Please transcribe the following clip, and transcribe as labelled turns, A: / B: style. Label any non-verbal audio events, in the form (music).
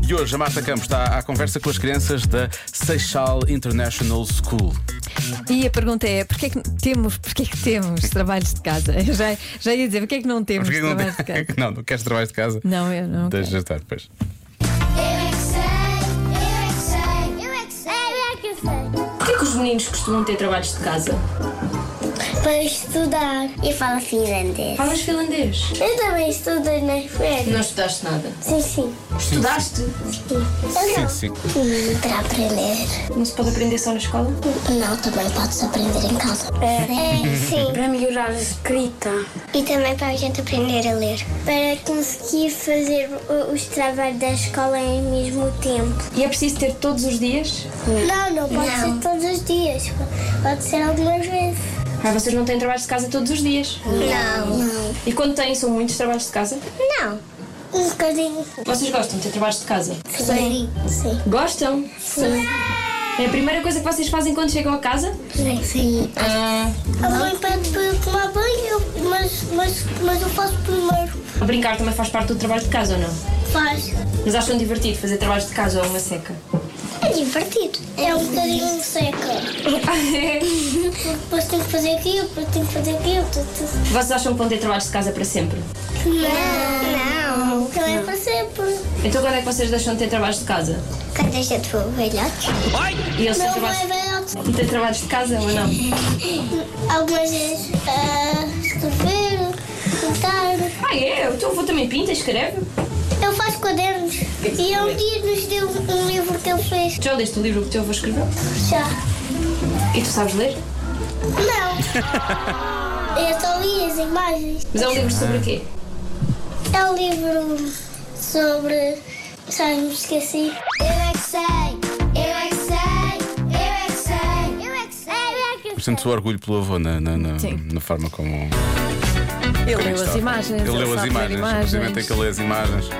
A: de hoje, a Marta Campos está à conversa com as crianças da Seixal International School.
B: E a pergunta é: porquê é que temos, porquê é que temos trabalhos de casa? Eu já, já ia dizer, porquê é que não temos
A: Porquê que não,
B: trabalhos de casa?
A: (laughs) não, não queres trabalhos de casa?
B: Não, eu não.
A: Deixa estar depois.
C: é é
D: Porquê que os meninos costumam ter trabalhos de casa?
C: Para estudar. E assim falo finlandês.
D: Falas finlandês.
C: Eu também estudei na escola.
D: Não estudaste nada.
C: Sim, sim.
D: Estudaste?
C: Eu
A: Sim,
C: não.
A: sim.
C: Hum, Para aprender.
D: Não se pode aprender só na escola?
C: Não, também podes aprender em casa. É, sim. Para melhorar a escrita. E também para a gente aprender a ler. Para conseguir fazer o- os trabalhos da escola em mesmo tempo.
D: E é preciso ter todos os dias?
C: Não, não pode ser todos os dias. Pode ser algumas vezes.
D: Ah, vocês não têm trabalhos de casa todos os dias.
C: Não. Não.
D: E quando têm, são muitos trabalhos de casa?
C: Não. Um bocadinho.
D: Vocês gostam de ter trabalhos de casa?
C: Sim. Sim.
D: Gostam?
C: Sim.
D: É a primeira coisa que vocês fazem quando chegam a casa?
C: Sim. sim.
D: Ah,
C: A mãe pede para eu tomar banho, mas, mas, mas eu faço primeiro.
D: a brincar também faz parte do trabalho de casa ou não?
C: Faz.
D: Mas acham divertido fazer trabalhos de casa ou uma seca? (laughs)
C: É divertido. É um bocadinho (laughs) seca. Depois tenho que fazer aquilo, depois tenho que fazer aquilo.
D: Vocês acham que vão ter trabalhos de casa para sempre?
C: Não. Não. Não é para sempre.
D: Então quando é que vocês deixam de ter trabalhos de casa?
C: Quando a gente for velhote.
D: E eles têm
C: Não vai
D: trabalhos,
C: velhote.
D: têm trabalhos de casa ou não?
C: Algumas vezes ah, escrever, pintar.
D: Ah, é? O teu avô também pinta, escreve?
C: Eu faço cadernos. E há um dia nos deu um livro que ele fez.
D: Já leste o livro que o teu avô escreveu?
C: Já.
D: E tu sabes ler?
C: Não. (laughs) Eu só li as imagens.
D: Mas é um livro sobre o quê?
C: É um livro sobre. Já me esqueci. Eu é que sei, eu é que sei, eu é que sei, eu é que sei, eu é que sei.
A: Portanto, o orgulho pelo avô na, na, na,
B: Sim.
A: na forma como. tá.
B: Ele leu as imagens.
A: Ele leu as
B: sabe ler
A: imagens. Precisamente é que ele lê as imagens.